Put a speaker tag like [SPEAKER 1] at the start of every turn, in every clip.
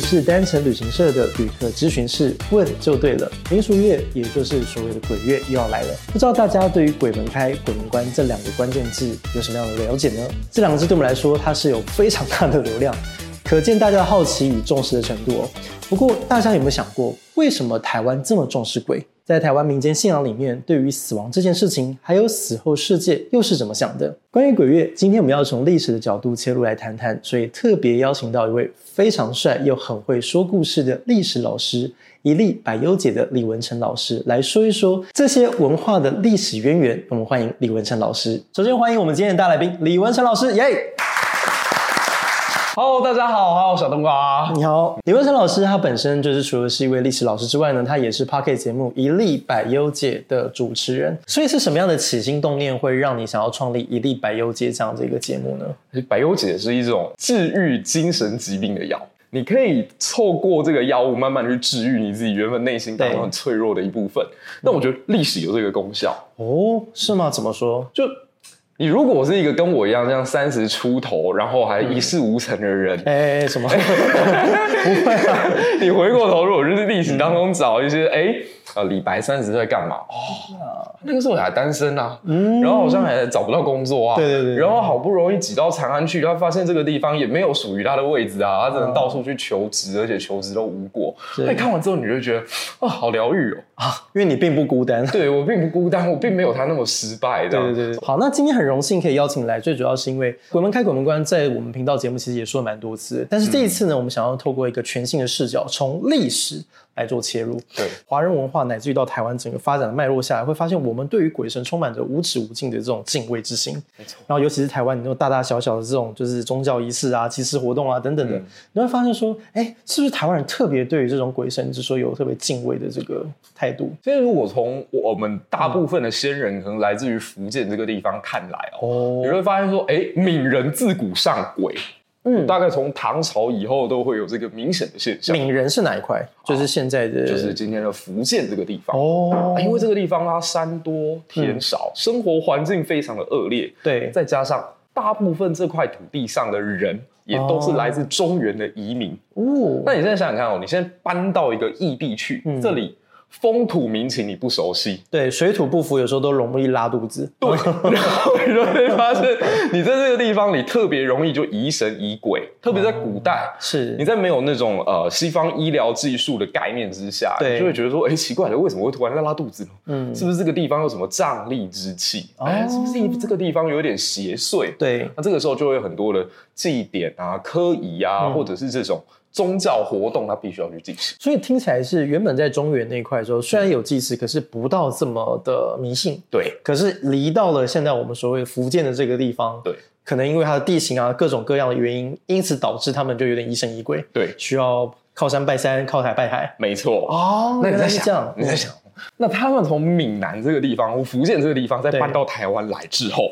[SPEAKER 1] 是单程旅行社的旅客咨询室，问就对了。民俗月，也就是所谓的鬼月又要来了，不知道大家对于鬼门开、鬼门关这两个关键字有什么样的了解呢？这两个字对我们来说，它是有非常大的流量， 可见大家好奇与重视的程度哦。不过，大家有没有想过，为什么台湾这么重视鬼？在台湾民间信仰里面，对于死亡这件事情，还有死后世界又是怎么想的？关于鬼月，今天我们要从历史的角度切入来谈谈，所以特别邀请到一位非常帅又很会说故事的历史老师，一粒百优姐的李文成老师来说一说这些文化的历史渊源。我们欢迎李文成老师。首先欢迎我们今天的大来宾李文成老师，耶、
[SPEAKER 2] Hello，大家好，我是小冬瓜。
[SPEAKER 1] 你好，李文成老师，他本身就是除了是一位历史老师之外呢，他也是 p o c k e t 节目《一粒百优解》的主持人。所以是什么样的起心动念，会让你想要创立《一粒百优解》这样的一个节目呢？
[SPEAKER 2] 百忧解是一种治愈精神疾病的药，你可以透过这个药物慢慢去治愈你自己原本内心当中很脆弱的一部分。那我觉得历史有这个功效，
[SPEAKER 1] 哦，是吗？怎么说？
[SPEAKER 2] 就。你如果是一个跟我一样，这样三十出头，然后还一事无成的人，
[SPEAKER 1] 哎、什 么？不会啊，
[SPEAKER 2] 你回过头，如果就是历史当中找一些，哎、呃，李白三十岁干嘛？哦，那个时候还单身啊，
[SPEAKER 1] 嗯
[SPEAKER 2] 然后好像还找不到工作啊，
[SPEAKER 1] 对对对对
[SPEAKER 2] 然后好不容易挤到长安去，他发现这个地方也没有属于他的位置啊，他只能到处去求职，而且求职都无果。
[SPEAKER 1] 嗯是
[SPEAKER 2] 那你看完之后，你就觉得，哦，好疗愈哦，
[SPEAKER 1] 啊因为你并不孤单。
[SPEAKER 2] 对我并不孤单，我并没有他那么失败的。
[SPEAKER 1] 对对对，啊好，那今天很荣幸可以邀请来，最主要是因为《鬼门开鬼门关》在我们频道节目其实也说了蛮多次，但是这一次
[SPEAKER 2] 嗯
[SPEAKER 1] 呢，我们想要透过一个全新的视角，从历史来做切入，
[SPEAKER 2] 对
[SPEAKER 1] 华人文化乃至于到台湾整个发展的脉络下来，会发现我们对于鬼神充满着无止无尽的这种敬畏之心。
[SPEAKER 2] 没错。
[SPEAKER 1] 然后尤其是台湾，你那种大大小小的这种就是宗教仪式啊、祭祀活动啊等等的，
[SPEAKER 2] 嗯
[SPEAKER 1] 你会发现说，哎，是不是台湾人特别对于这种鬼神之说有特别敬畏的这个态度？
[SPEAKER 2] 所以，如果从我们
[SPEAKER 1] 嗯
[SPEAKER 2] 大部分的先人，可能来自于福建这个地方看来哦，
[SPEAKER 1] 哦
[SPEAKER 2] 你会发现说，哎、闽人自古上鬼，
[SPEAKER 1] 嗯
[SPEAKER 2] 大概从唐朝以后都会有这个明显的现象，
[SPEAKER 1] 闽人是哪一块？就是现在的，
[SPEAKER 2] 就是今天的福建这个地方。
[SPEAKER 1] 哦嗯
[SPEAKER 2] 啊因为这个地方它山多田少，生活环境非常的恶劣，
[SPEAKER 1] 对，
[SPEAKER 2] 再加上大部分这块土地上的人也都是来自中原的移民。
[SPEAKER 1] 哦，
[SPEAKER 2] 那你现在想想看哦，你现在搬到一个异地去，
[SPEAKER 1] 嗯
[SPEAKER 2] 这里风土民情你不熟悉，
[SPEAKER 1] 对，水土不服，有时候都容易拉肚子。
[SPEAKER 2] 对，然后你就会发现，你在这个地方，你特别容易就疑神疑鬼，特别在古代。你
[SPEAKER 1] 是，
[SPEAKER 2] 在没有那种呃西方医疗技术的概念之下，
[SPEAKER 1] 对
[SPEAKER 2] 你就会觉得说，哎、奇怪了，为什么会突然拉拉肚子呢？
[SPEAKER 1] 嗯，
[SPEAKER 2] 是不是这个地方有什么瘴疠之气？
[SPEAKER 1] 哦
[SPEAKER 2] 哎、是不是这个地方有点邪祟？
[SPEAKER 1] 对，
[SPEAKER 2] 那这个时候就会有很多的祭典啊、科仪啊，
[SPEAKER 1] 嗯
[SPEAKER 2] 或者是这种宗教活动，它必须要去进行。
[SPEAKER 1] 所以听起来是原本在中原那一块的时候，虽然有祭祀，可是不到这么的迷信。
[SPEAKER 2] 对，
[SPEAKER 1] 可是离到了现在我们所谓福建的这个地方，
[SPEAKER 2] 对，
[SPEAKER 1] 可能因为它的地形啊，各种各样的原因，因此导致他们就有点疑神疑鬼，
[SPEAKER 2] 对，
[SPEAKER 1] 需要靠山拜山，靠海拜海。
[SPEAKER 2] 没错。
[SPEAKER 1] 哦
[SPEAKER 2] 那你
[SPEAKER 1] 原
[SPEAKER 2] 在
[SPEAKER 1] 来是
[SPEAKER 2] 想，
[SPEAKER 1] 这样，
[SPEAKER 2] 你在想，那他们从闽南这个地方，福建这个地方，再
[SPEAKER 1] 对
[SPEAKER 2] 搬到台湾来之后，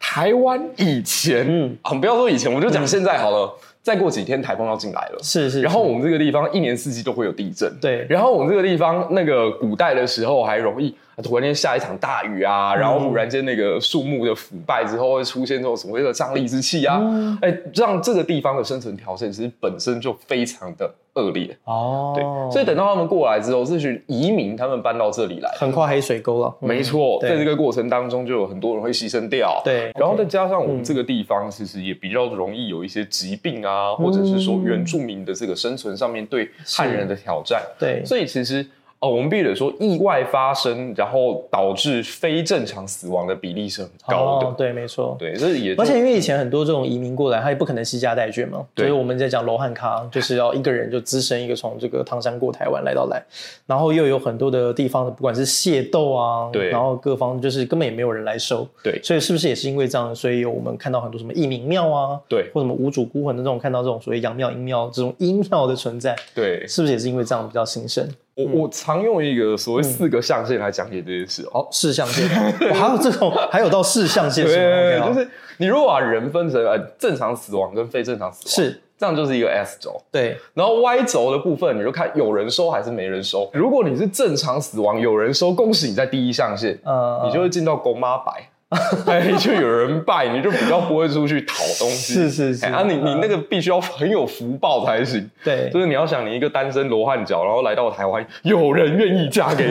[SPEAKER 2] 台湾以前，
[SPEAKER 1] 嗯
[SPEAKER 2] 嗯，啊，不要说以前，我就讲现在好了。再过几天台风要进来了，
[SPEAKER 1] 是是，
[SPEAKER 2] 然后
[SPEAKER 1] 是
[SPEAKER 2] 我们这个地方一年四季都会有地震，
[SPEAKER 1] 对
[SPEAKER 2] 然后我们这个地方那个古代的时候还容易啊突然间下一场大雨啊，然
[SPEAKER 1] 嗯
[SPEAKER 2] 后忽然间那个树木的腐败之后会出现这种所谓的瘴疠之气啊，
[SPEAKER 1] 嗯
[SPEAKER 2] 哎、让这个地方的生存条件其实本身就非常的恶劣。
[SPEAKER 1] 哦，
[SPEAKER 2] 对，所以等到他们过来之后，这群移民他们搬到这里来，
[SPEAKER 1] 横跨黑水沟了，嗯
[SPEAKER 2] 没错，
[SPEAKER 1] 对
[SPEAKER 2] 在这个过程当中就有很多人会牺牲掉，
[SPEAKER 1] 对
[SPEAKER 2] 然后
[SPEAKER 1] OK
[SPEAKER 2] 再加上我们这个地方其实也比较容易有一些疾病啊，
[SPEAKER 1] 嗯
[SPEAKER 2] 或者是说原住民的这个生存上面对汉人的挑战，
[SPEAKER 1] 对，
[SPEAKER 2] 所以其实。哦，我们必须得说，意外发生，然后导致非正常死亡的比例是很高的。
[SPEAKER 1] 哦对，没错，
[SPEAKER 2] 对，这也就
[SPEAKER 1] 而且因为以前很多这种移民过来，他也不可能惜家带眷嘛，所
[SPEAKER 2] 对
[SPEAKER 1] 以我们在讲罗汉卡，就是要一个人就只身一个从这个唐山过台湾来到来，然后又有很多的地方的，不管是械斗啊，
[SPEAKER 2] 对
[SPEAKER 1] 然后各方就是根本也没有人来收，
[SPEAKER 2] 对
[SPEAKER 1] 所以是不是也是因为这样，所以我们看到很多什么义民庙啊，
[SPEAKER 2] 对
[SPEAKER 1] 或什么无主孤魂的这种看到这种所谓阳庙、阴庙这种阴庙的存在，
[SPEAKER 2] 对
[SPEAKER 1] 是不是也是因为这样比较兴盛？
[SPEAKER 2] 我我常用一个
[SPEAKER 1] 嗯
[SPEAKER 2] 所谓四个象限来讲解这件事哦。
[SPEAKER 1] 哦，四象限， 哇还有这种，还有到四象限是吗
[SPEAKER 2] 对，
[SPEAKER 1] OK，好啊
[SPEAKER 2] 就是你如果把人分成呃正常死亡跟非正常死亡，
[SPEAKER 1] 是，
[SPEAKER 2] 这样就是一个 S 轴。
[SPEAKER 1] 对，
[SPEAKER 2] 然后 Y 轴的部分，你就看有人收还是没人收。如果你是正常死亡，有人收，恭喜你在第一象限，
[SPEAKER 1] 呃，
[SPEAKER 2] 你就会进到狗妈白。 哎，就有人拜，你就比较不会出去讨东西。
[SPEAKER 1] 是是是呃
[SPEAKER 2] 哎啊，你你那个必须要很有福报才行。
[SPEAKER 1] 对
[SPEAKER 2] 就是你要想，你一个单身罗汉脚，然后来到台湾，有人愿意 嫁给你，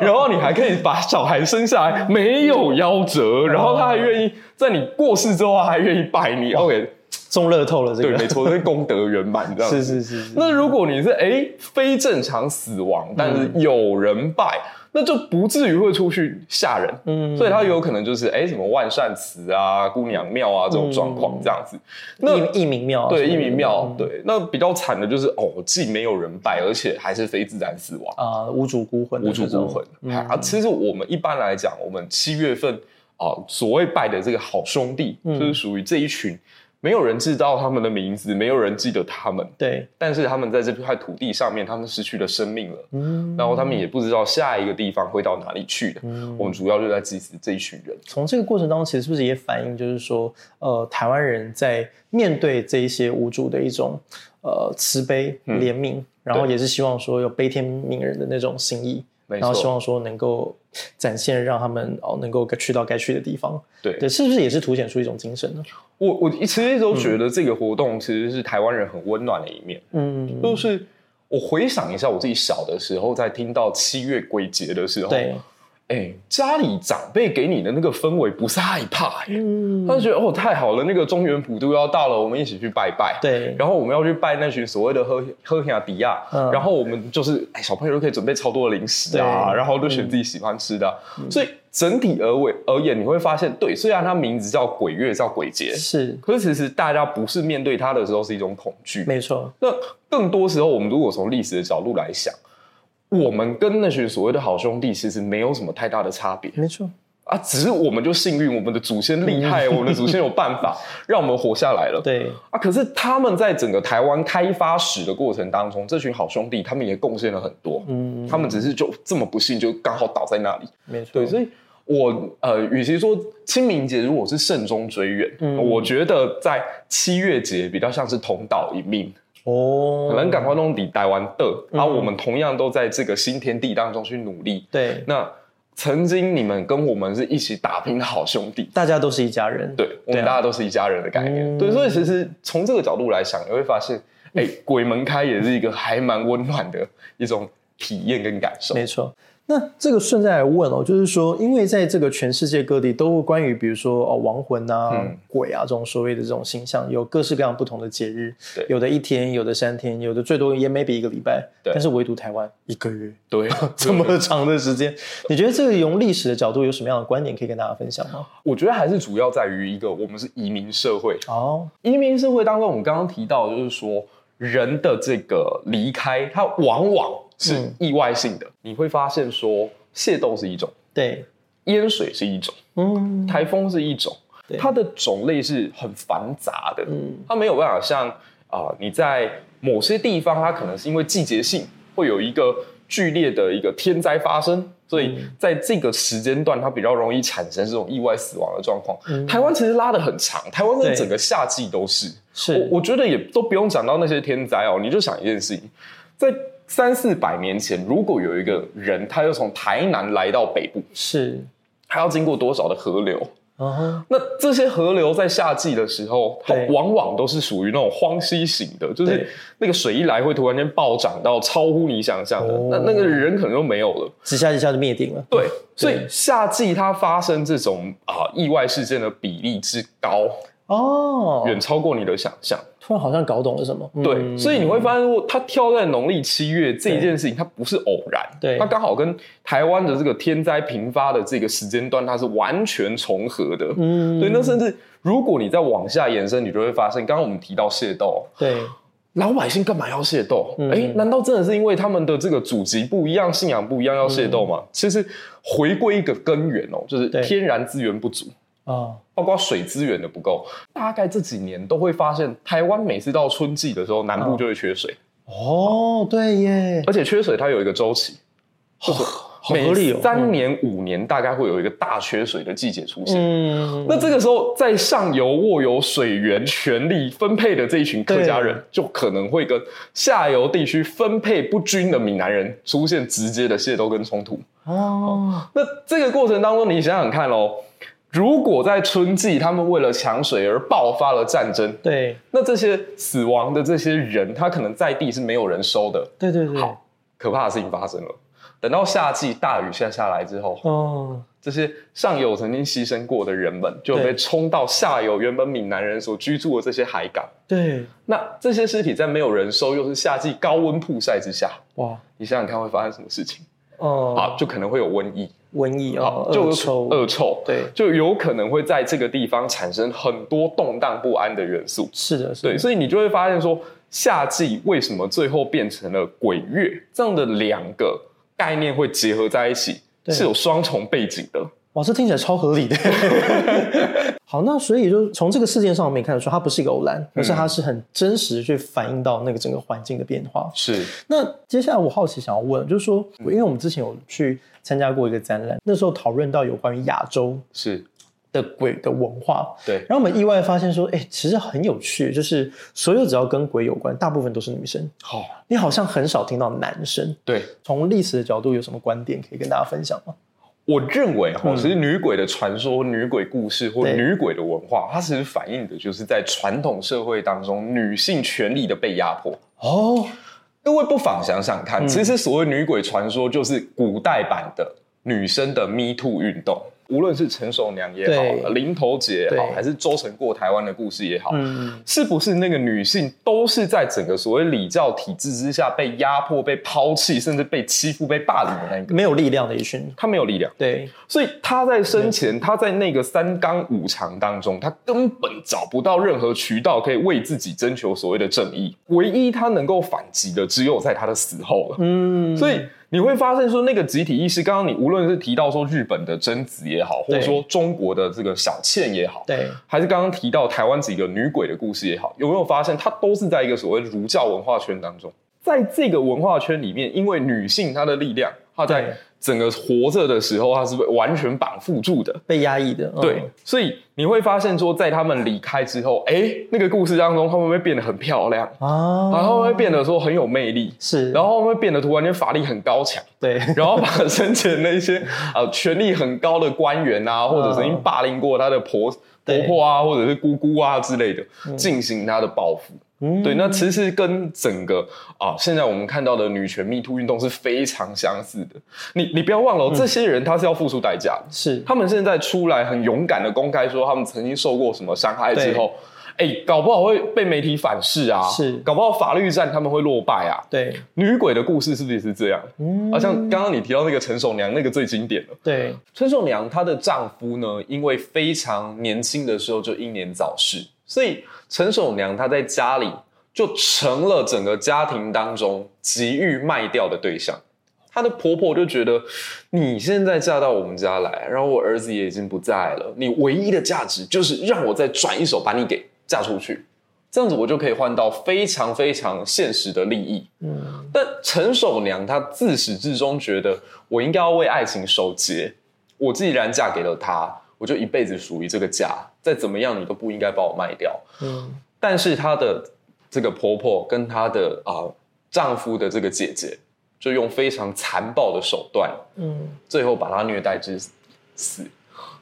[SPEAKER 2] 然后你还可以把小孩生下来，没有夭折，然后他还愿意在你过世之后，他还愿意拜你。OK，
[SPEAKER 1] 中乐透了这
[SPEAKER 2] 对，
[SPEAKER 1] 个，
[SPEAKER 2] 没错，这是功德圆满，这样
[SPEAKER 1] 是是是是，
[SPEAKER 2] 那如果你是哎、诶非正常死亡，但是有人拜，那就不至于会出去吓人。
[SPEAKER 1] 嗯
[SPEAKER 2] 所以他有可能就是哎、诶什么万善祠啊、姑娘庙啊这种状
[SPEAKER 1] 嗯
[SPEAKER 2] 况这样子。那
[SPEAKER 1] 一一名庙啊
[SPEAKER 2] 对
[SPEAKER 1] 什
[SPEAKER 2] 一
[SPEAKER 1] 么的
[SPEAKER 2] 米庙，对，那比较惨的就是哦，既没有人拜，而且还是非自然死亡，
[SPEAKER 1] 啊，无主孤魂的
[SPEAKER 2] 无
[SPEAKER 1] 这
[SPEAKER 2] 主
[SPEAKER 1] 种，嗯
[SPEAKER 2] 孤魂。哎啊，其实我们一般来讲，我们七月份啊、所谓拜的这个好兄弟，
[SPEAKER 1] 嗯
[SPEAKER 2] 就是属于这一群，没有人知道他们的名字，没有人记得他们。
[SPEAKER 1] 对，
[SPEAKER 2] 但是他们在这块土地上面，他们失去了生命了，
[SPEAKER 1] 嗯，
[SPEAKER 2] 然后他们也不知道下一个地方会到哪里去的。
[SPEAKER 1] 嗯
[SPEAKER 2] 我们主要就在祭祀这一群人，
[SPEAKER 1] 从这个过程当中，其实是不是也反映，就是说，呃，台湾人在面对这一些无主的一种呃慈悲
[SPEAKER 2] 嗯
[SPEAKER 1] 怜悯，然后
[SPEAKER 2] 对嗯
[SPEAKER 1] 也是希望说有悲天悯人的那种心意，
[SPEAKER 2] 没
[SPEAKER 1] 然后希
[SPEAKER 2] 错，
[SPEAKER 1] 望说能够展现让他们哦能够去到该去的地方，
[SPEAKER 2] 对
[SPEAKER 1] 对，是嗯不是也是凸显出一种精神呢？
[SPEAKER 2] 我我其实一直都觉得这个活动其实是台湾人很温暖的一面，
[SPEAKER 1] 嗯，
[SPEAKER 2] 就是我回想一下我自己小的时候，在听到七月鬼节的时候，
[SPEAKER 1] 对，
[SPEAKER 2] 哎，家里长辈给你的那个氛围不是害怕、哎
[SPEAKER 1] 嗯
[SPEAKER 2] 他就觉得哦太好了，那个中原普渡要到了，我们一起去拜拜。
[SPEAKER 1] 对，
[SPEAKER 2] 然后我们要去拜那群所谓的喝喝亚迪亚，
[SPEAKER 1] 嗯
[SPEAKER 2] 然后我们就是哎，小朋友就可以准备超多的零食啊，
[SPEAKER 1] 对嗯
[SPEAKER 2] 然后就选自己喜欢吃的啊、所以整体而为而言，你会发现，对，虽然它名字叫鬼月叫鬼节，
[SPEAKER 1] 是
[SPEAKER 2] 可是其实大家不是面对它的时候是一种恐惧。
[SPEAKER 1] 没错，
[SPEAKER 2] 那更多时候，我们如果从历史的角度来想，我们跟那群所谓的好兄弟其实没有什么太大的差别
[SPEAKER 1] 没错，
[SPEAKER 2] 啊，只是我们就幸运，我们的祖先厉害，我们的祖先有办 法让我们活下来了。
[SPEAKER 1] 对，
[SPEAKER 2] 啊，可是他们在整个台湾开发史的过程当中，这群好兄弟他们也贡献了很多，
[SPEAKER 1] 嗯，
[SPEAKER 2] 他们只是就这么不幸就刚好倒在那里。
[SPEAKER 1] 没错，
[SPEAKER 2] 对，所以我呃，与其说清明节如果是慎终追远，
[SPEAKER 1] 嗯
[SPEAKER 2] 我觉得在七月节比较像是同道一命，
[SPEAKER 1] 哦，
[SPEAKER 2] 可能赶快弄底台湾的，啊，
[SPEAKER 1] 嗯
[SPEAKER 2] 我们同样都在这个新天地当中去努力。
[SPEAKER 1] 对，
[SPEAKER 2] 那曾经你们跟我们是一起打拼的好兄弟，
[SPEAKER 1] 大家都是一家人，
[SPEAKER 2] 对，我们
[SPEAKER 1] 啊
[SPEAKER 2] 大家都是一家人的概
[SPEAKER 1] 嗯
[SPEAKER 2] 念。对，所以其实从这个角度来想，你会发现，哎、鬼门开也是一个还蛮温暖的一种体验跟感受。
[SPEAKER 1] 没错。那这个顺带来问哦，就是说，因为在这个全世界各地都会关于比如说哦亡魂啊、
[SPEAKER 2] 嗯
[SPEAKER 1] 鬼啊这种所谓的这种形象，有各式各样不同的节日
[SPEAKER 2] 对，
[SPEAKER 1] 有的一天，有的三天，有的最多也 maybe 一个礼拜，
[SPEAKER 2] 对
[SPEAKER 1] 但是唯独台湾一个月
[SPEAKER 2] 对，
[SPEAKER 1] 这么长的时间，你觉得这个用历史的角度有什么样的观点可以跟大家分享吗？
[SPEAKER 2] 我觉得还是主要在于一个，我们是移民社会。
[SPEAKER 1] 哦，
[SPEAKER 2] 移民社会当中，我们刚刚提到，就是说人的这个离开，它往往是
[SPEAKER 1] 嗯
[SPEAKER 2] 意外性的。你会发现说，械斗是一种，
[SPEAKER 1] 对，
[SPEAKER 2] 淹水是一种，
[SPEAKER 1] 嗯，
[SPEAKER 2] 台风是一种
[SPEAKER 1] 对，
[SPEAKER 2] 它的种类是很繁杂的。
[SPEAKER 1] 嗯，
[SPEAKER 2] 它没有办法像啊、你在某些地方，它可能是因为季节性会有一个剧烈的一个天灾发生，所以在这个时间段，它比较容易产生这种意外死亡的状况。
[SPEAKER 1] 嗯
[SPEAKER 2] 台湾其实拉得很长，台湾的
[SPEAKER 1] 对
[SPEAKER 2] 整个夏季都是。
[SPEAKER 1] 是
[SPEAKER 2] 我我觉得也都不用讲到那些天灾哦，你就想一件事情，在三四百年前，如果有一个人，他要从台南来到北部，
[SPEAKER 1] 是，
[SPEAKER 2] 他要经过多少的河流？
[SPEAKER 1] 嗯哼，
[SPEAKER 2] 那这些河流在夏季的时候，它
[SPEAKER 1] 对
[SPEAKER 2] 往往都是属于那种荒溪型的，就
[SPEAKER 1] 对
[SPEAKER 2] 是那个水一来会突然间暴涨到超乎你想象的，
[SPEAKER 1] 哦嗯
[SPEAKER 2] 那那个人可能就没有了。
[SPEAKER 1] 直下一下就灭顶了，
[SPEAKER 2] 对，所以夏季它发生这种啊、意外事件的比例之高，
[SPEAKER 1] 哦，
[SPEAKER 2] 远超过你的想象。
[SPEAKER 1] 突然好像搞懂了什么，
[SPEAKER 2] 对，
[SPEAKER 1] 嗯
[SPEAKER 2] 所以你会发现说，它跳在农历七月这一件事情，它不是偶然，
[SPEAKER 1] 对
[SPEAKER 2] 它刚好跟台湾的这个天灾频发的这个时间段，它是完全重合的。
[SPEAKER 1] 嗯
[SPEAKER 2] 对，那甚至如果你再往下延伸，你就会发现，刚刚我们提到械斗，
[SPEAKER 1] 对，
[SPEAKER 2] 老百姓干嘛要械斗？哎、
[SPEAKER 1] 嗯
[SPEAKER 2] 难道真的是因为他们的这个祖籍不一样、信仰不一样要械斗吗？其实回归一个根源哦，就是
[SPEAKER 1] 嗯对
[SPEAKER 2] 天然资源不足。
[SPEAKER 1] 哦，
[SPEAKER 2] 包括水资源的不够，大概这几年都会发现，台湾每次到春季的时候，南
[SPEAKER 1] 嗯
[SPEAKER 2] 部就会缺水，
[SPEAKER 1] 哦，对耶，
[SPEAKER 2] 而且缺水它有一个周期，
[SPEAKER 1] 好好
[SPEAKER 2] 每
[SPEAKER 1] 合理哦，
[SPEAKER 2] 三年五年大概会有一个大缺水的季节出现。
[SPEAKER 1] 嗯，
[SPEAKER 2] 那这个时候，在上游握有水源权力分配的这一群客家人，就可能会跟下游地区分配不均的闽南人出现直接的械斗跟冲突。
[SPEAKER 1] 哦，
[SPEAKER 2] 那这个过程当中，你想想看哦，如果在春季，他们为了抢水而爆发了战争，
[SPEAKER 1] 对
[SPEAKER 2] 那这些死亡的这些人，他可能在地是没有人收的。
[SPEAKER 1] 对对对，
[SPEAKER 2] 好，可怕的事情发生了。等到夏季大雨下下来之后，
[SPEAKER 1] 哦，
[SPEAKER 2] 这些上游曾经牺牲过的人们就
[SPEAKER 1] 对
[SPEAKER 2] 被冲到下游原本闽南人所居住的这些海港。
[SPEAKER 1] 对，
[SPEAKER 2] 那这些尸体在没有人收，又是夏季高温曝晒之下，
[SPEAKER 1] 哇，
[SPEAKER 2] 你想想看会发生什么事情？
[SPEAKER 1] 哦，
[SPEAKER 2] 啊，就可能会有瘟疫，
[SPEAKER 1] 瘟疫哦
[SPEAKER 2] 啊，，就
[SPEAKER 1] 恶
[SPEAKER 2] 有
[SPEAKER 1] 臭，
[SPEAKER 2] 恶臭，
[SPEAKER 1] 对，
[SPEAKER 2] 就有可能会在这个地方产生很多动荡不安的元素。
[SPEAKER 1] 是的，是
[SPEAKER 2] 对，
[SPEAKER 1] 的，
[SPEAKER 2] 所以你就会发现说，夏季为什么最后变成了鬼月这样的两个概念会结合在一起，
[SPEAKER 1] 对
[SPEAKER 2] 是有双重背景的。
[SPEAKER 1] 哇，这听起来超合 理的。好，那所以就从这个事件上，我们也看得出，它不是一个偶然，而是
[SPEAKER 2] 嗯
[SPEAKER 1] 它是很真实地去反映到那个整个环境的变化。
[SPEAKER 2] 是，
[SPEAKER 1] 那接下来我好奇想要问，就是说，
[SPEAKER 2] 嗯
[SPEAKER 1] 因为我们之前有去参加过一个展览，那时候讨论到有关于亚洲
[SPEAKER 2] 是，
[SPEAKER 1] 的鬼的文化，
[SPEAKER 2] 对，
[SPEAKER 1] 然后我们意外发现说，哎、其实很有趣，就是所有只要跟鬼有关，大部分都是女生，
[SPEAKER 2] 好、
[SPEAKER 1] 你好像很少听到男生。
[SPEAKER 2] 对。
[SPEAKER 1] 从历史的角度有什么观点可以跟大家分享吗？
[SPEAKER 2] 我认为哈，
[SPEAKER 1] 嗯
[SPEAKER 2] 其实女鬼的传说、女鬼故事或
[SPEAKER 1] 对
[SPEAKER 2] 女鬼的文化，它其实反映的就是在传统社会当中女性权利的被压迫。
[SPEAKER 1] 哦，
[SPEAKER 2] 各位不妨想想看，
[SPEAKER 1] 嗯
[SPEAKER 2] 其实所谓女鬼传说，就是古代版的女生的 Me Too 运动。无论是陈守娘也
[SPEAKER 1] 对
[SPEAKER 2] 好，林头姐也好，
[SPEAKER 1] 对
[SPEAKER 2] 还是周成过台湾的故事也好，
[SPEAKER 1] 嗯，
[SPEAKER 2] 是不是那个女性都是在整个所谓礼教体制之下被压迫、被抛弃，甚至被欺负、被霸凌的那个？
[SPEAKER 1] 没有力量的一群，
[SPEAKER 2] 她没有力量，
[SPEAKER 1] 对，
[SPEAKER 2] 所以她在生前，她在那个三纲五常当中，她根本找不到任何渠道可以为自己征求所谓的正义。唯一她能够反击的，只有在她的死后了。
[SPEAKER 1] 嗯，
[SPEAKER 2] 所以你会发现说，那个集体意识，刚刚你无论是提到说日本的贞子也好，或
[SPEAKER 1] 对
[SPEAKER 2] 者说中国的这个小倩也好，
[SPEAKER 1] 对，
[SPEAKER 2] 还是刚刚提到台湾几个女鬼的故事也好，有没有发现它都是在一个所谓儒教文化圈当中，在这个文化圈里面，因为女性她的力量，她
[SPEAKER 1] 对
[SPEAKER 2] 在整个活着的时候，她是被完全绑缚住的。
[SPEAKER 1] 被压抑的，嗯
[SPEAKER 2] 对，所以你会发现说，在他们离开之后，哎，那个故事当中，他们会变得很漂亮，
[SPEAKER 1] 啊，
[SPEAKER 2] 然后会变得说很有魅力，
[SPEAKER 1] 是，
[SPEAKER 2] 然后会变得突然间法力很高 强，
[SPEAKER 1] 对，
[SPEAKER 2] 然后把生前那些呃权力很高的官员啊，或者曾经霸凌过他的婆
[SPEAKER 1] 对
[SPEAKER 2] 婆婆啊，或者是姑姑啊之类的，进行他的报复。
[SPEAKER 1] 嗯
[SPEAKER 2] 对，那其实跟整个啊，现在我们看到的女权 Me Too 运动是非常相似的。你你不要忘了哦、
[SPEAKER 1] 嗯
[SPEAKER 2] 这些人他是要付出代价的。
[SPEAKER 1] 是，
[SPEAKER 2] 他们现在出来很勇敢的公开说他们曾经受过什么伤害之后，哎、搞不好会被媒体反噬啊，
[SPEAKER 1] 是
[SPEAKER 2] 搞不好法律战他们会落败啊。
[SPEAKER 1] 对，
[SPEAKER 2] 女鬼的故事是不是也是这样？
[SPEAKER 1] 嗯
[SPEAKER 2] 啊，像刚刚你提到那个陈守娘，那个最经典了。
[SPEAKER 1] 对，
[SPEAKER 2] 陈守娘她的丈夫呢，因为非常年轻的时候就英年早逝，所以陈守娘她在家里就成了整个家庭当中急欲卖掉的对象。她的婆婆就觉得，你现在嫁到我们家来，然后我儿子也已经不在了，你唯一的价值就是让我再转一手把你给嫁出去，这样子我就可以换到非常非常现实的利益。
[SPEAKER 1] 嗯，
[SPEAKER 2] 但陈守娘她自始至终觉得，我应该要为爱情守节。我既然嫁给了他，我就一辈子属于这个家，再怎么样你都不应该把我卖掉。
[SPEAKER 1] 嗯，
[SPEAKER 2] 但是她的这个婆婆跟她的啊、丈夫的这个姐姐，就用非常残暴的手段，
[SPEAKER 1] 嗯，
[SPEAKER 2] 最后把她虐待致死。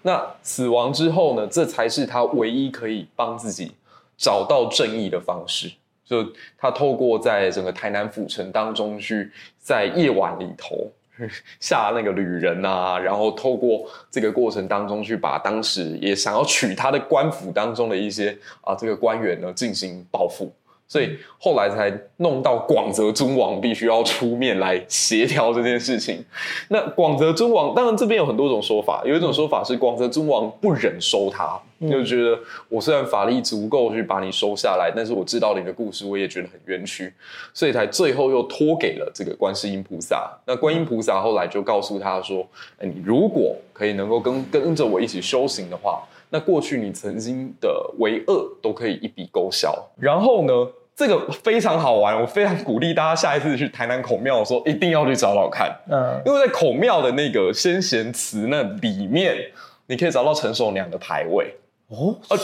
[SPEAKER 2] 那死亡之后呢？这才是她唯一可以帮自己找到正义的方式。就她透过在整个台南府城当中去，在夜晚里头 下那个旅人啊，然后透过这个过程当中去把当时也想要娶她的官府当中的一些啊这个官员呢进行报复。所以后来才弄到广泽尊王必须要出面来协调这件事情。那广泽尊王，当然这边有很多种说法，有一种说法是广泽尊王不忍收他，
[SPEAKER 1] 嗯
[SPEAKER 2] 就觉得我虽然法力足够去把你收下来，但是我知道你的故事，我也觉得很冤屈，所以才最后又托给了这个观世音菩萨。那观音菩萨后来就告诉他说：“哎，你如果可以能够跟跟着我一起修行的话，那过去你曾经的为恶都可以一笔勾销。然后呢，这个非常好玩，我非常鼓励大家下一次去台南孔庙的时候一定要去找找看，
[SPEAKER 1] 嗯，
[SPEAKER 2] 因为在孔庙的那个先贤祠那里面，你可以找到陈守娘的牌位。
[SPEAKER 1] 哦，
[SPEAKER 2] 呃，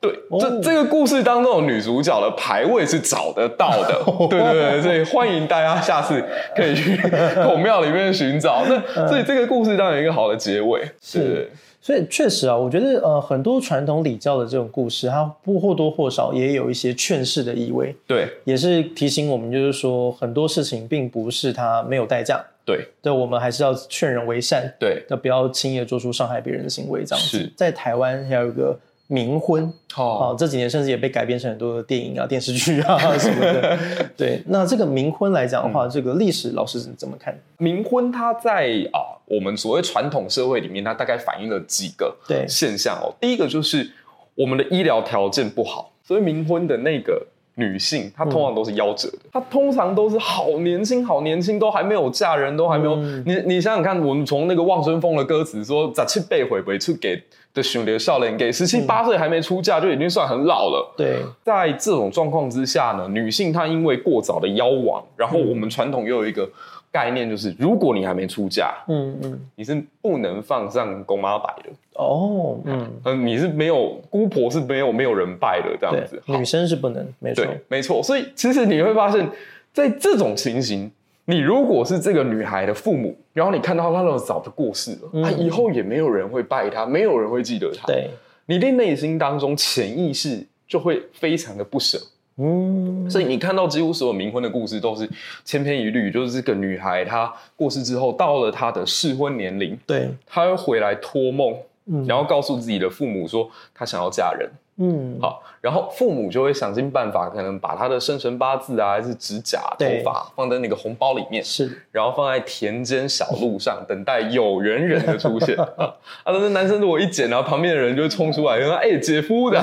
[SPEAKER 2] 对，这这个故事当中的女主角的排位是找得到的，对对对，所以欢迎大家下次可以去孔庙里面寻找。那所以这个故事当然有一个好的结尾，对对
[SPEAKER 1] 是，所以确实啊，我觉得呃，很多传统礼教的这种故事，它不或多或少也有一些劝世的意味，
[SPEAKER 2] 对
[SPEAKER 1] 也是提醒我们，就是说很多事情并不是它没有代价，
[SPEAKER 2] 对
[SPEAKER 1] 对我们还是要劝人为善，
[SPEAKER 2] 对，
[SPEAKER 1] 那不要轻易地做出伤害别人的行为，这样子
[SPEAKER 2] 是。
[SPEAKER 1] 在台湾还有一个冥婚，
[SPEAKER 2] 好
[SPEAKER 1] 哦，这几年甚至也被改编成很多的电影啊、电视剧啊 什么的。对，那这个冥婚来讲的话，这个历史老师怎么看？
[SPEAKER 2] 冥婚它在啊我们所谓传统社会里面，它大概反映了几个
[SPEAKER 1] 对
[SPEAKER 2] 现象哦。第一个就是我们的医疗条件不好，所以冥婚的那个女性，她通常都是夭折
[SPEAKER 1] 嗯
[SPEAKER 2] 的，她通常都是好年轻，好年轻，都还没有嫁人，都还没有。
[SPEAKER 1] 嗯
[SPEAKER 2] 你你想想看，我们从那个《望春风》的歌词说“咋去背回回去给的兄弟少年给十七八岁还没出嫁就已经算很老了”，
[SPEAKER 1] 对，
[SPEAKER 2] 在这种状况之下呢，女性她因为过早的夭亡，然
[SPEAKER 1] 嗯
[SPEAKER 2] 后我们传统又有一个概念，就是如果你还没出嫁，
[SPEAKER 1] 嗯嗯，
[SPEAKER 2] 你是不能放上公妈拜的，
[SPEAKER 1] 哦，嗯，
[SPEAKER 2] 嗯，你是没有姑婆是没有没有人拜的这样
[SPEAKER 1] 对
[SPEAKER 2] 子，，好
[SPEAKER 1] 女生是不能，没错
[SPEAKER 2] 对，，没错。所以其实你会发现，在这种情形，你如果是这个女孩的父母，然后你看到她那么早就过世了，
[SPEAKER 1] 嗯
[SPEAKER 2] 啊，以后也没有人会拜她，没有人会记得她，
[SPEAKER 1] 对，
[SPEAKER 2] 你的内心当中潜意识就会非常的不舍。
[SPEAKER 1] 嗯，
[SPEAKER 2] 所以你看到几乎所有冥婚的故事都是千篇一律，就是这个女孩她过世之后，到了她的适婚年龄，
[SPEAKER 1] 对，
[SPEAKER 2] 她会回来托梦，
[SPEAKER 1] 嗯，
[SPEAKER 2] 然后告诉自己的父母说她想要嫁人，
[SPEAKER 1] 嗯，
[SPEAKER 2] 好，然后父母就会想尽办法，可能把她的生辰八字啊，还是指甲、头
[SPEAKER 1] 对
[SPEAKER 2] 发放在那个红包里面，
[SPEAKER 1] 是，
[SPEAKER 2] 然后放在田间小路上，等待有缘人的出现。 啊，那男生如果一捡，然后旁边的人就会冲出来，就说：“哎、姐夫的，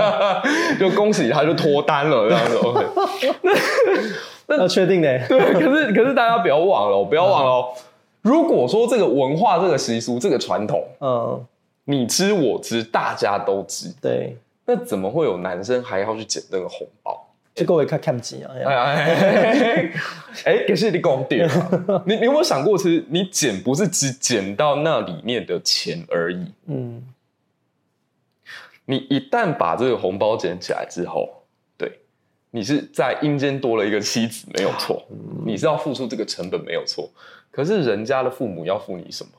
[SPEAKER 2] 就恭喜他，就脱单了这样子。OK ”
[SPEAKER 1] 要确定的，
[SPEAKER 2] 对，可是可是大家不要忘了哦，不要忘了哦。如果说这个文化、这个习俗、这个传统，
[SPEAKER 1] 嗯，
[SPEAKER 2] 你知我知，大家都知，
[SPEAKER 1] 对，
[SPEAKER 2] 那怎么会有男生还要去捡那个红包？
[SPEAKER 1] 这个我也看看不起啊，哎
[SPEAKER 2] 哎
[SPEAKER 1] 呀
[SPEAKER 2] 哎，哎可是你讲对了。你你有没有想过，其实你捡不是只捡到那里面的钱而已，
[SPEAKER 1] 嗯，
[SPEAKER 2] 你一旦把这个红包捡起来之后，对，你是在阴间多了一个妻子，没有错，
[SPEAKER 1] 嗯
[SPEAKER 2] 你是要付出这个成本，没有错。可是人家的父母要付你什么？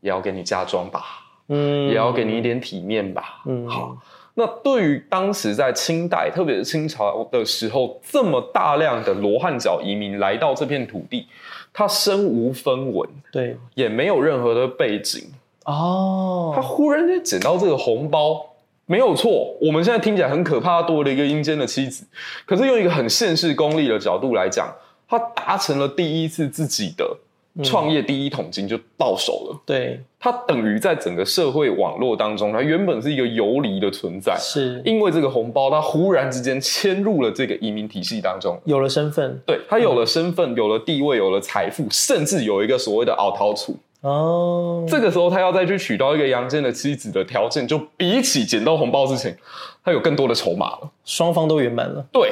[SPEAKER 2] 也要给你嫁妆吧，
[SPEAKER 1] 嗯，
[SPEAKER 2] 也要给你一点体面吧。
[SPEAKER 1] 嗯
[SPEAKER 2] 好。那对于当时在清代，特别是清朝的时候，这么大量的罗汉脚移民来到这片土地，他身无分文，
[SPEAKER 1] 对，
[SPEAKER 2] 也没有任何的背景，他
[SPEAKER 1] 哦，
[SPEAKER 2] 忽然间捡到这个红包，没有错。我们现在听起来很可怕，多了一个阴间的妻子。可是用一个很现实功利的角度来讲，他达成了第一次自己的创业第一桶金就到手了。
[SPEAKER 1] 对，
[SPEAKER 2] 他等于在整个社会网络当中，他原本是一个游离的存在，
[SPEAKER 1] 是
[SPEAKER 2] 因为这个红包，他忽然之间迁入了这个移民体系当中。
[SPEAKER 1] 有了身份，
[SPEAKER 2] 对他有了身份，有了地位，有了财富，甚至有一个所谓的熬桃处。
[SPEAKER 1] 哦，
[SPEAKER 2] 这个时候他要再去娶到一个阳间的妻子的条件，就比起捡到红包之前，他有更多的筹码了。
[SPEAKER 1] 双方都圆满了，
[SPEAKER 2] 对，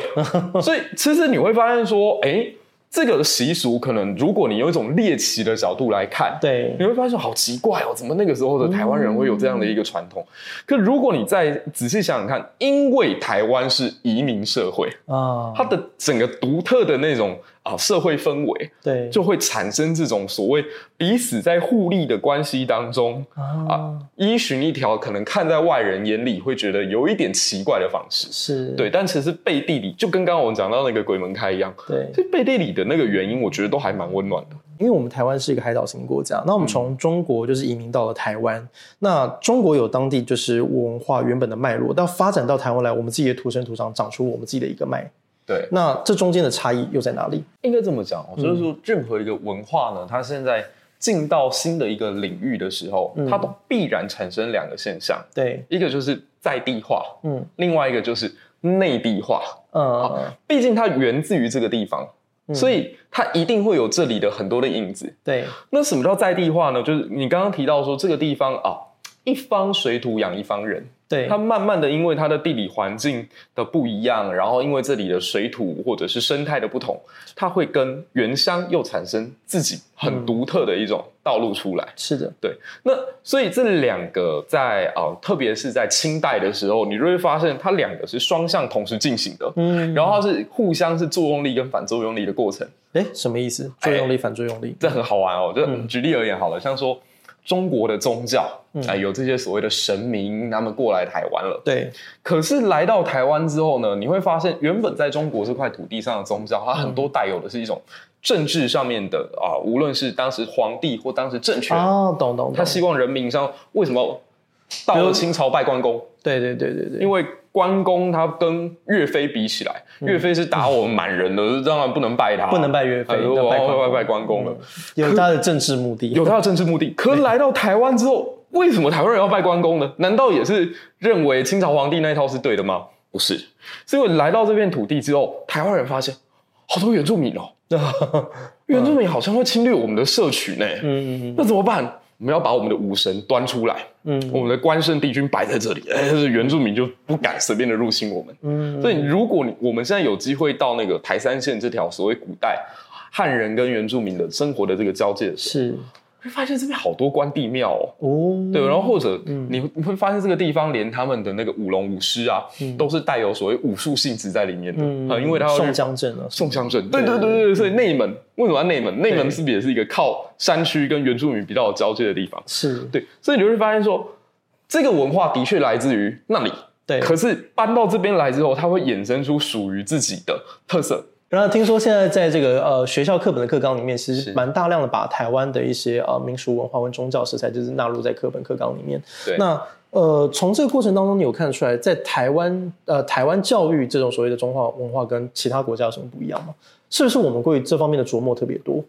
[SPEAKER 2] 所以其实你会发现说，哎，这个习俗可能如果你有一种猎奇的角度来看，
[SPEAKER 1] 对
[SPEAKER 2] 你，会发现好奇怪哦，怎么那个时候的台湾人会有这样的一个传统？可如果你再仔细想想看，因为台湾是移民社会，
[SPEAKER 1] 啊，
[SPEAKER 2] 它的整个独特的那种啊社会氛围，
[SPEAKER 1] 对，
[SPEAKER 2] 就会产生这种所谓彼此在互利的关系当中。
[SPEAKER 1] 啊，
[SPEAKER 2] 依循一条可能看在外人眼里会觉得有一点奇怪的方式，
[SPEAKER 1] 是，
[SPEAKER 2] 对，但其实背地里就跟刚刚我们讲到那个鬼门开一样，
[SPEAKER 1] 对，
[SPEAKER 2] 这背地里的那个原因，我觉得都还蛮温暖的。
[SPEAKER 1] 因为我们台湾是一个海岛型国家，那我们从中国就是移民到了台湾，那中国有当地就是文化原本的脉络，但发展到台湾来，我们自己的土生土长长出我们自己的一个脉，
[SPEAKER 2] 对，
[SPEAKER 1] 那这中间的差异又在哪里？
[SPEAKER 2] 应该这么讲哦，就是说任何一个文化呢，它现在进到新的一个领域的时候，它都必然产生两个现象，
[SPEAKER 1] 对，
[SPEAKER 2] 一个就是在地化，
[SPEAKER 1] 嗯
[SPEAKER 2] 另外一个就是内地化。
[SPEAKER 1] 呃，
[SPEAKER 2] 毕竟它源自于这个地方，所以它一定会有这里的很多的影子。
[SPEAKER 1] 对，
[SPEAKER 2] 那什么叫在地化呢？就是你刚刚提到说这个地方啊，一方水土养一方人。
[SPEAKER 1] 对
[SPEAKER 2] 它，慢慢的，因为它的地理环境的不一样，然后因为这里的水土或者是生态的不同，它会跟原乡又产生自己很独特的一种道路出来。
[SPEAKER 1] 是的，
[SPEAKER 2] 那所以这两个在啊、呃特别是在清代的时候，你就会发现它两个是双向同时进行的，
[SPEAKER 1] 嗯
[SPEAKER 2] 然后它是互相是作用力跟反作用力的过程，
[SPEAKER 1] 哎，什么意思？作用力反作用力，
[SPEAKER 2] 这很好玩哦。就
[SPEAKER 1] 嗯
[SPEAKER 2] 举例而言好了，像说中国的宗教
[SPEAKER 1] 嗯
[SPEAKER 2] 啊、有这些所谓的神明，他们过来台湾了。
[SPEAKER 1] 对，
[SPEAKER 2] 可是来到台湾之后呢，你会发现，原本在中国这块土地上的宗教，它很多带有的是一种政治上面的啊，无论是当时皇帝或当时政权，
[SPEAKER 1] 哦，懂懂懂，
[SPEAKER 2] 他希望人民上为什么到了清朝拜关公，
[SPEAKER 1] 对对对对对，
[SPEAKER 2] 因
[SPEAKER 1] 为
[SPEAKER 2] 为关公他跟岳飞比起来，岳飞是打我们满人的，当然不能拜他，
[SPEAKER 1] 嗯不能拜岳飞，
[SPEAKER 2] 很
[SPEAKER 1] 要
[SPEAKER 2] 多
[SPEAKER 1] 拜
[SPEAKER 2] 拜
[SPEAKER 1] 关
[SPEAKER 2] 拜
[SPEAKER 1] 公
[SPEAKER 2] 拜关公了，
[SPEAKER 1] 有他的政治目的，
[SPEAKER 2] 有他的政治目的。可来到台湾之后，为什么台湾人要拜关公呢？难道也是认为清朝皇帝那一套是对的吗？不是，是因为来到这片土地之后，台湾人发现好多原住民哦，原住民好像会侵略我们的社群呢、
[SPEAKER 1] 嗯嗯嗯
[SPEAKER 2] 那怎么办？我们要把我们的武神端出来，
[SPEAKER 1] 嗯
[SPEAKER 2] 我们的关圣帝君摆在这里，哎，就是原住民就不敢随便的入侵我们。
[SPEAKER 1] 嗯，
[SPEAKER 2] 所以，如果你我们现在有机会到那个台山县这条所谓古代汉人跟原住民的生活的这个交界的时候，
[SPEAKER 1] 是
[SPEAKER 2] 会发现这边好多关帝庙哦。
[SPEAKER 1] 哦，
[SPEAKER 2] 对，然后或者你会你会发现这个地方连他们的那个舞龙舞狮啊，都是带有所谓武术性质在里面的，
[SPEAKER 1] 嗯，
[SPEAKER 2] 呃因为他要
[SPEAKER 1] 宋江镇啊，
[SPEAKER 2] 宋江镇，对
[SPEAKER 1] 对
[SPEAKER 2] 对对对，所以内门为什么要内门？内门
[SPEAKER 1] 对
[SPEAKER 2] 是不是也是一个靠山区跟原住民比较有交界的地方？
[SPEAKER 1] 是，
[SPEAKER 2] 对，所以你会发现说，这个文化的确来自于那里，
[SPEAKER 1] 对，
[SPEAKER 2] 可是搬到这边来之后，它会衍生出属于自己的特色。
[SPEAKER 1] 然后听说现在在这个呃学校课本的课纲里面，其实
[SPEAKER 2] 是
[SPEAKER 1] 蛮大量的把台湾的一些呃民俗文化跟宗教色彩，就是纳入在课本课纲里面。
[SPEAKER 2] 对
[SPEAKER 1] 那呃从这个过程当中，你有看出来在台湾呃台湾教育这种所谓的中华文化跟其他国家有什么不一样吗？是不是我们对于这方面的琢磨特别多？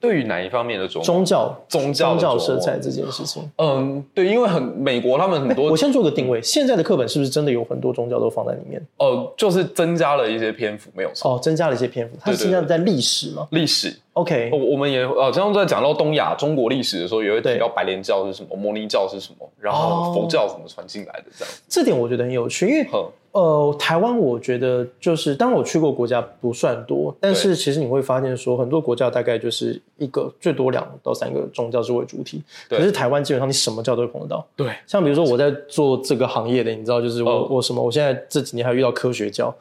[SPEAKER 2] 对于哪一方面的种
[SPEAKER 1] 宗教
[SPEAKER 2] 宗教
[SPEAKER 1] 宗
[SPEAKER 2] 的
[SPEAKER 1] 教
[SPEAKER 2] 琢磨
[SPEAKER 1] 色彩这件事情，
[SPEAKER 2] 嗯，对，因为很美国他们很多
[SPEAKER 1] 我先做个定位，现在的课本是不是真的有很多宗教都放在里面？
[SPEAKER 2] 呃，就是增加了一些篇幅，没有错。
[SPEAKER 1] 哦，增加了一些篇幅，它
[SPEAKER 2] 对对
[SPEAKER 1] 实际上在历史嘛。
[SPEAKER 2] 历史，
[SPEAKER 1] OK，
[SPEAKER 2] 我我们也呃，这样在讲到东亚中国历史的时候，也会
[SPEAKER 1] 对
[SPEAKER 2] 提到白莲教是什么，摩尼教是什么，然
[SPEAKER 1] 哦
[SPEAKER 2] 后佛教怎么传进来的这样子。
[SPEAKER 1] 这点我觉得很有趣，因为
[SPEAKER 2] 哼，
[SPEAKER 1] 呃，台湾我觉得就是，当然我去过国家不算多，但是其实你会发现说，很多国家大概就是一个最多两到三个宗教作为主体，
[SPEAKER 2] 对
[SPEAKER 1] 可是台湾基本上你什么教都会碰得到。
[SPEAKER 2] 对，
[SPEAKER 1] 像比如说我在做这个行业的，你知道，就是我、
[SPEAKER 2] 哦
[SPEAKER 1] 我什么，我现在这几年还遇到科学教，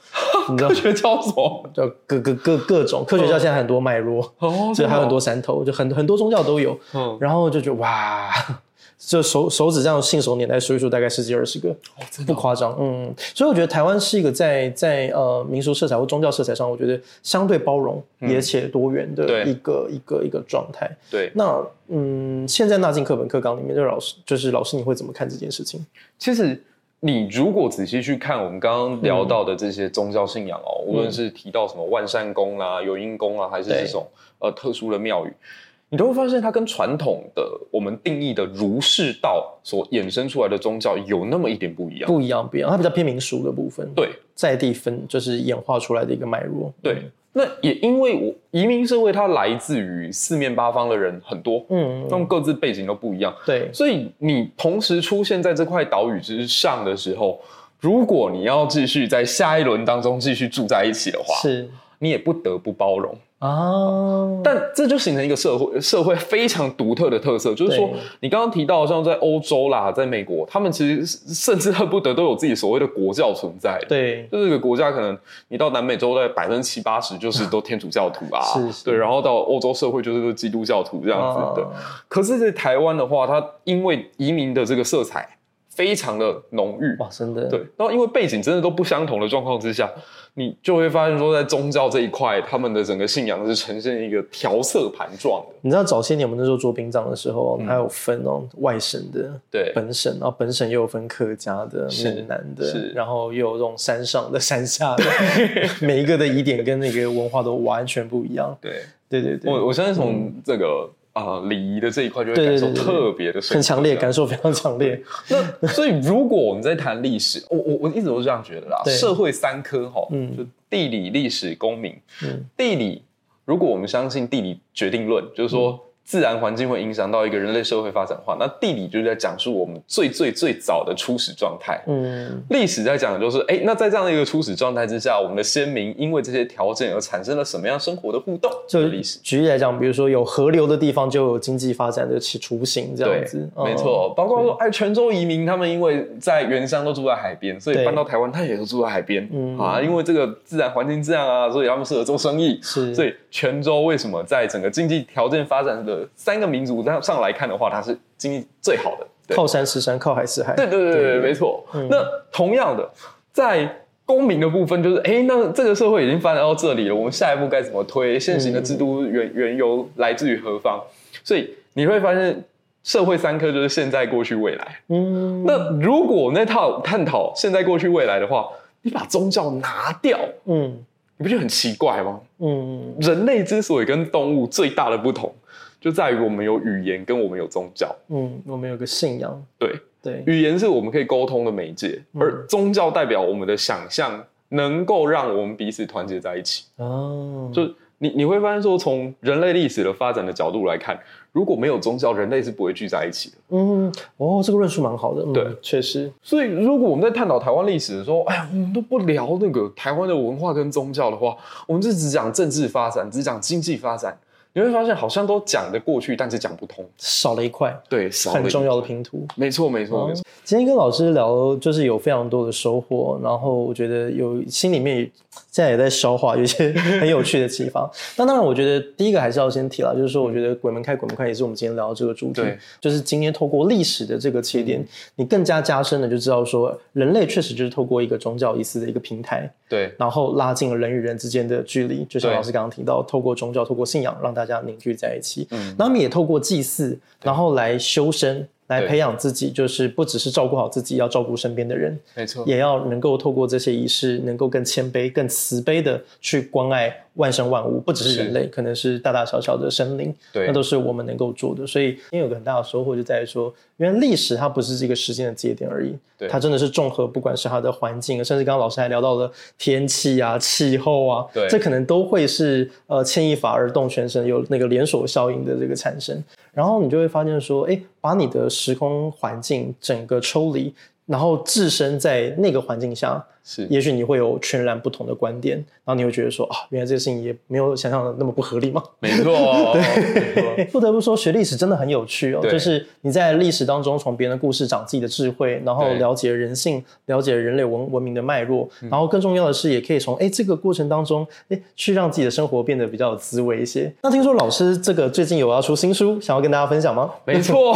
[SPEAKER 1] 你知道
[SPEAKER 2] 科，学教什么？
[SPEAKER 1] 就各各各各种科学教，
[SPEAKER 2] 哦
[SPEAKER 1] 现在很多脉络，
[SPEAKER 2] 哦
[SPEAKER 1] 就还有很多，山头，就很很多宗教都有，
[SPEAKER 2] 真的哦嗯，
[SPEAKER 1] 然后就觉得哇， 就手手指这样信手拈来数一数，大概十几二十个。
[SPEAKER 2] 哦真
[SPEAKER 1] 不
[SPEAKER 2] 的哦
[SPEAKER 1] 夸张，嗯，所以我觉得台湾是一个在在呃民俗色彩或宗教色彩上，我觉得相对包容也且多元的
[SPEAKER 2] 嗯对
[SPEAKER 1] 一个、一个一个状态。
[SPEAKER 2] 对，
[SPEAKER 1] 那嗯，现在纳进课本课纲里面，就是老师就是老师，你会怎么看这件事情？
[SPEAKER 2] 其实你如果仔细去看我们刚刚聊到的这些宗教信仰
[SPEAKER 1] 嗯
[SPEAKER 2] 哦，无论是提到什么万善宫啦、有因宫啊，还是
[SPEAKER 1] 对
[SPEAKER 2] 这种呃特殊的庙宇，你都会发现它跟传统的我们定义的儒释道所衍生出来的宗教有那么一点不一样。
[SPEAKER 1] 不一样，不一样，它比较偏民俗的部分，
[SPEAKER 2] 对
[SPEAKER 1] 在地分就是演化出来的一个脉络。
[SPEAKER 2] 对，那也因为我移民社会，它来自于四面八方的人很多，
[SPEAKER 1] 嗯，
[SPEAKER 2] 他
[SPEAKER 1] 嗯，
[SPEAKER 2] 们各自背景都不一样。
[SPEAKER 1] 对，
[SPEAKER 2] 所以你同时出现在这块岛屿之上的时候，如果你要继续在下一轮当中继续住在一起的话，
[SPEAKER 1] 是
[SPEAKER 2] 你也不得不包容。
[SPEAKER 1] 啊，
[SPEAKER 2] 但这就形成一个社会社会非常独特的特色，就是说
[SPEAKER 1] 对
[SPEAKER 2] 你刚刚提到像在欧洲啦，在美国，他们其实甚至恨不得都有自己所谓的国教存在。
[SPEAKER 1] 对
[SPEAKER 2] 就这个国家可能你到南美洲的百分之七八十就是都天主教徒啊，
[SPEAKER 1] 是是啊
[SPEAKER 2] 对，然后到欧洲社会就是都基督教徒这
[SPEAKER 1] 这
[SPEAKER 2] 样子的。对可是，在台湾的话，它因为移民的这个色彩非常的浓郁，
[SPEAKER 1] 哇，真的
[SPEAKER 2] 对，然后因为背景真的都不相同的状况之下，你就会发现说，在宗教这一块，他们的整个信仰是呈现一个调色盘状的，
[SPEAKER 1] 你知道早些年我们那时候做殡葬的时候，
[SPEAKER 2] 嗯
[SPEAKER 1] 还有分哦外省的，
[SPEAKER 2] 对
[SPEAKER 1] 本省，然后本省又有分客家的、
[SPEAKER 2] 是
[SPEAKER 1] 闽南的
[SPEAKER 2] 是，
[SPEAKER 1] 然后又有这种山上的、山下 的，每一个的疑点跟那个文化都完全不一样。
[SPEAKER 2] 对，
[SPEAKER 1] 对对对，
[SPEAKER 2] 我我相信从这个啊礼仪的这一块，就
[SPEAKER 1] 对
[SPEAKER 2] 会
[SPEAKER 1] 对
[SPEAKER 2] 感受
[SPEAKER 1] 对对对
[SPEAKER 2] 特别的深刻
[SPEAKER 1] 很强烈，
[SPEAKER 2] 这样
[SPEAKER 1] 感受非常强烈。
[SPEAKER 2] 那所以，如果我们在谈历史，我我我一直都是这样觉得啦。
[SPEAKER 1] 对
[SPEAKER 2] 社会三科哈，
[SPEAKER 1] 嗯
[SPEAKER 2] 就地理、历史、公民。
[SPEAKER 1] 嗯嗯
[SPEAKER 2] 地理，如果我们相信地理决定论，就是说自然环境会影响到一个人类社会发展化。那地理就是在讲述我们最最最早的初始状态，
[SPEAKER 1] 嗯
[SPEAKER 2] 历史在讲的就是，哎，那在这样的一个初始状态之下，我们的先民因为这些条件而产生了什么样生活的互动？
[SPEAKER 1] 就
[SPEAKER 2] 这是历史。
[SPEAKER 1] 举例来讲，比如说有河流的地方就有经济发展的起雏形，这
[SPEAKER 2] 对
[SPEAKER 1] 样子，
[SPEAKER 2] 没
[SPEAKER 1] 嗯。
[SPEAKER 2] 错，包括说，哎，泉州移民他们因为在原乡都住在海边，所以
[SPEAKER 1] 对
[SPEAKER 2] 搬到台湾，他也都住在海边、
[SPEAKER 1] 嗯
[SPEAKER 2] 啊。因为这个自然环境这样啊，所以他们适合做生意。
[SPEAKER 1] 是
[SPEAKER 2] 所以泉州为什么在整个经济条件发展的三个民族上上来看的话，它是经济最好的。对
[SPEAKER 1] 靠山是山，靠海是海。
[SPEAKER 2] 对对对对，
[SPEAKER 1] 对
[SPEAKER 2] 没错。
[SPEAKER 1] 嗯
[SPEAKER 2] 那同样的，在公民的部分，就是哎，诶那这个社会已经发展到这里了，我们下一步该怎么推？现行的制度原原由来自于何方？所以你会发现，社会三科就是现在、过去、未来。
[SPEAKER 1] 嗯，
[SPEAKER 2] 那如果那套探讨现在、过去、未来的话，你把宗教拿掉，
[SPEAKER 1] 嗯
[SPEAKER 2] 你不觉得很奇怪吗？
[SPEAKER 1] 嗯
[SPEAKER 2] 人类之所以跟动物最大的不同，就在于我们有语言，跟我们有宗教。
[SPEAKER 1] 嗯，我们有个信仰，
[SPEAKER 2] 对，
[SPEAKER 1] 对，
[SPEAKER 2] 语言是我们可以沟通的媒介，
[SPEAKER 1] 嗯
[SPEAKER 2] 而宗教代表我们的想象，能够让我们彼此团结在一起。
[SPEAKER 1] 哦，
[SPEAKER 2] 就你你会发现说，从人类历史的发展的角度来看，如果没有宗教，人类是不会聚在一起的。
[SPEAKER 1] 嗯，哦，这个论述蛮好的，嗯
[SPEAKER 2] 对，
[SPEAKER 1] 确实，
[SPEAKER 2] 所以，如果我们在探讨台湾历史的时候，哎呀，我们都不聊那个台湾的文化跟宗教的话，我们就只讲政治发展，只讲经济发展，你会发现好像都讲得过去，但是讲不通。
[SPEAKER 1] 少了一块
[SPEAKER 2] 对，少了
[SPEAKER 1] 很
[SPEAKER 2] 一
[SPEAKER 1] 重要的拼图。
[SPEAKER 2] 没错，没错，没错。
[SPEAKER 1] 今天跟老师聊，就是有非常多的收获，然后我觉得有心里面也现在也在消化，有一些很有趣的启发。 那当然，我觉得第一个还是要先提了，就是说，我觉得“鬼门开，鬼门开”也是我们今天聊的这个主题
[SPEAKER 2] 对，嗯
[SPEAKER 1] 就是今天透过历史的这个切点，你更加加深的就知道说，人类确实就是透过一个宗教仪式的一个平台，
[SPEAKER 2] 对，
[SPEAKER 1] 然后拉近了人与人之间的距离，就像
[SPEAKER 2] 对
[SPEAKER 1] 老师刚刚提到，透过宗教、透过信仰，让大家凝聚在一起。
[SPEAKER 2] 嗯，
[SPEAKER 1] 那他们也透过祭祀，然后来修身，来
[SPEAKER 2] 对
[SPEAKER 1] 培养自己，就是不只是照顾好自己，要照顾身边的人，
[SPEAKER 2] 没错，
[SPEAKER 1] 也要能够透过这些仪式，能够更谦卑、更慈悲的去关爱万生万物，不只是
[SPEAKER 2] 是
[SPEAKER 1] 人类，可能是大大小小的生灵，
[SPEAKER 2] 对
[SPEAKER 1] 那都是我们能够做的。所以，因为有个很大的收获就在于说，原来历史它不是这个时间的节点而已，
[SPEAKER 2] 对
[SPEAKER 1] 它真的是综合，不管是它的环境，甚至刚刚老师还聊到了天气啊、气候啊，
[SPEAKER 2] 对
[SPEAKER 1] 这可能都会是呃牵一发而动全身，有那个连锁效应的这个产生。然后你就会发现说，哎，把你的时空环境整个抽离，然后置身在那个环境下，
[SPEAKER 2] 是
[SPEAKER 1] 也许你会有全然不同的观点，然后你会觉得说啊，原来这个事情也没有想象的那么不合理嘛。
[SPEAKER 2] 没 错，没错
[SPEAKER 1] 不得不说，学历史真的很有趣哦，
[SPEAKER 2] 对
[SPEAKER 1] 就是你在历史当中从别人的故事长自己的智慧，然后
[SPEAKER 2] 对嗯
[SPEAKER 1] 了解人性，了解人类文文明的脉络，然后更重要的是，也可以从哎这个过程当中，哎去让自己的生活变得比较有滋味一些。那听说老师这个最近有要出新书，想要跟大家分享吗？
[SPEAKER 2] 没错，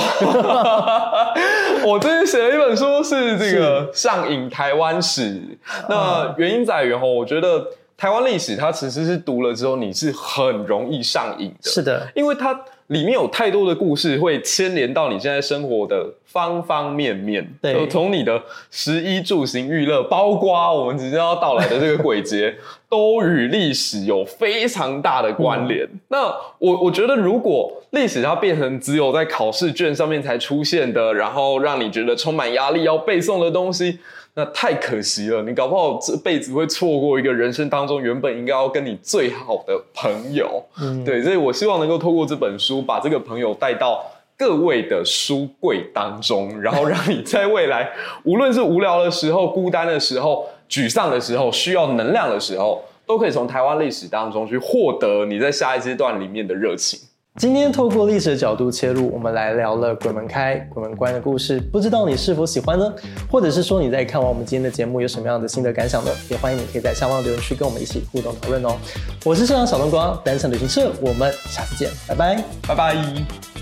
[SPEAKER 2] 我最近写了一本书，是这个上瘾台湾史。那原因在于吼，我觉得台湾历史它其实是读了之后你是很容易上瘾的，
[SPEAKER 1] 是的，
[SPEAKER 2] 因为它里面有太多的故事会牵连到你现在生活的方方面面。
[SPEAKER 1] 对
[SPEAKER 2] 就从你的食衣住行娱乐，包括我们即将要到来的这个鬼节，都与历史有非常大的关联。那我我觉得，如果历史它变成只有在考试卷上面才出现的，然后让你觉得充满压力要背诵的东西。那太可惜了，你搞不好这辈子会错过一个人生当中原本应该要跟你最好的朋友。
[SPEAKER 1] 嗯，
[SPEAKER 2] 对，所以我希望能够透过这本书，把这个朋友带到各位的书柜当中，然后让你在未来，无论是无聊的时候、孤单的时候、沮丧的时候、需要能量的时候，都可以从台湾历史当中去获得你在下一阶段里面的热情。
[SPEAKER 1] 今天透过历史的角度切入，我们来聊了鬼门开、鬼门关的故事，不知道你是否喜欢呢？或者是说你在看完我们今天的节目有什么样的心得感想呢？也欢迎你可以在下方留言区跟我们一起互动讨论哦。我是社长小冬瓜，单程旅行社，我们下次见，拜拜。
[SPEAKER 2] 拜拜。